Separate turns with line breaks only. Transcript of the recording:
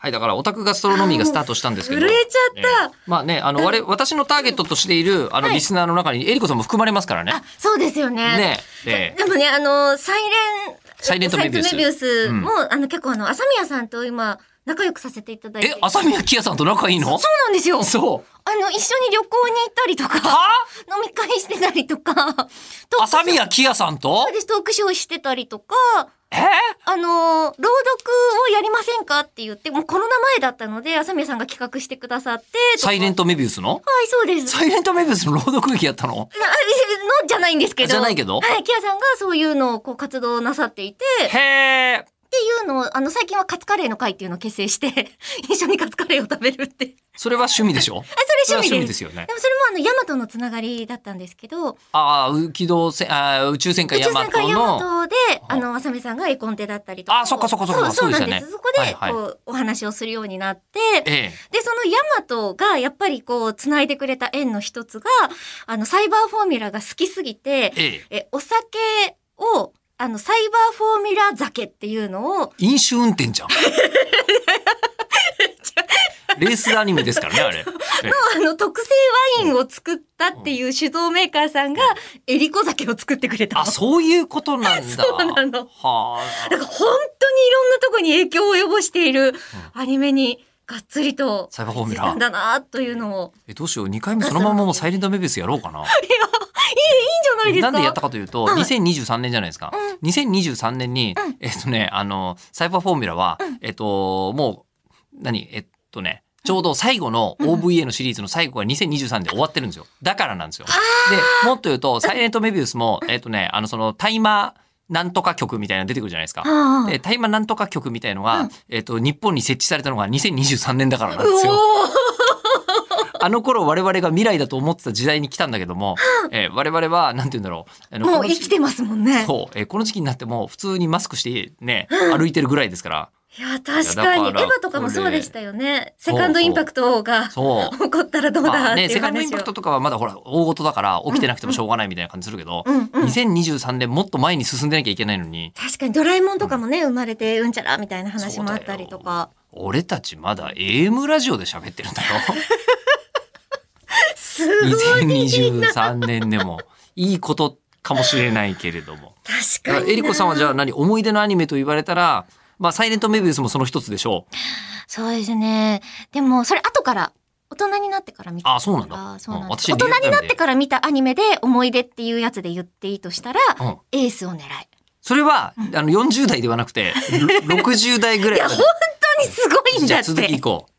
はい、だからオタクガストロノミーがスタートしたんですけど、
震えちゃった、
まあね、あの、我々私のターゲットとしている、あの、
はい
リスナーの中に、エリコさんも含まれますからね。
あそうですよね
ねえええ
でもねあのサイレン
サイレントメビウス
サイレントメビウスも、
う
あの結構あの朝宮さんと今仲良くさせていただいて
え、朝宮キヤさんと仲いいの
そうなんですよ
そう。
あの一緒に旅行に行ったりとか
は
飲み会してたりとかトーク
あ朝宮キヤさんと
そうですトークショーしてたりとか
え
あの朗読をやりませんかって言ってもうコロナ前だったので朝宮さんが企画してくださってとか
サイレントメビウスの
はいそうです
サイレントメビウスの朗読劇やったの
なのじゃないんですけど。
じゃないけど
はい、キアさんがそういうのをこう活動なさっていて、っ
へえ。
ていうのを、あの、最近はカツカレーの会っていうのを結 成して、一緒にカツカレーを食べるって。
それは趣味でしょ
あ、そ
そ
れ趣味
れは趣味
です。
ですよね
で。もそれもあの、ヤマトのつながりだったんですけど、
ああ、浮き道せああ宇宙戦艦
宇
ヤ
宙
マ
戦艦
ト
ヤ
の。
マトで、あの、あさみさんが絵コンテだったりとか。
あそっかそっかそっか
そう
そう
な
で
ん
したね
です。そこで、
はいはい
こう、お話をするようになって、
ええ。
で、そのヤマトが、やっぱりこう、つないでくれた縁の一つが、あの、サイバーフォーミュラが好きすぎて、
ええ。
え、お酒を、あの、サイバーフォーミュラ酒っていうのを、
飲酒運転じゃん。レースアニメですからね、あれ。ええ
あの、特製ワインを作ったっていう酒造メーカーさんが、エリコ酒を作ってくれたの。
あ、そういうことなんだ。
そうなの
は
だ
あ。
から本当にいろんなとこに影響を及ぼしているアニメに、がっつりと、
サイバーフォーミュ
な
ラ
ん。だなというのを。
え、どうしよう。2回目そのままもうサイレントメビウスやろうかな。
いいんじゃ
な
ないですか
んでやったかというと、
はい
2023年じゃないですか。2023年に、えっとね、あの、サイバーフォーミュラは、えっと、もう、何えっとね、ちょうど最後の OVA のシリーズの最後が2023で終わってるんですよ。だからなんですよ。で、もっと言うと、サイレントメビウスも、 えっとね、あの、その、タイマーなんとか曲みたいなの出てくるじゃないですか。
ああ
で、タイマーなんとか曲みたいのが、えっと、日本に設置されたのが2023年だからなんですよ。
おー
あの頃我々が未来だと思ってた時代に来たんだけども、えー我々は、なんて言うんだろう。あの
も
こ
う
の
生きてますもんね。
そう、えーこの時期になっても普通にマスクしてね、歩いてるぐらいですから。
いや、確かに。
い
エ
やだか
ヴ
ら
ァとかもそうでしたよね。セ
れ
カンドインパクトが
そう。
起こったらどう
ま
だ
あ
って
ね、
いう話を。
セカンドインパクトとかはまだほら、大事だから起きてなくてもしょうがないみたいな感じするけど、
うんうん
2023年もっと前に進んでなきゃいけないのに。
確かにドラえもんとかもね、生まれてうんちゃらみたいな話もあったりとか。
そうだよ。俺たちまだ AM ラジオで喋ってるんだよ。
すごい
2023年でも。いいことかもしれないけれども。
確
だか
かに
ら
な。
エリコさんはじゃあ何思い出のアニメと言われたら、まあ、サイレントメビウスもその一つでしょう。
そうですね。でも、それ後から、大人になってから見た。
あ、そうなんだ。
あそうなん
うん
で
私
す大人になって
リアルタイムで
から見たアニメで思い出っていうやつで言っていいとしたら、
うん
エースを狙い。
それは、あの、40代ではなくて、ろ60代ぐら
い
いまで
や、本当にすごいん
じゃあ
だって。
続きいこう。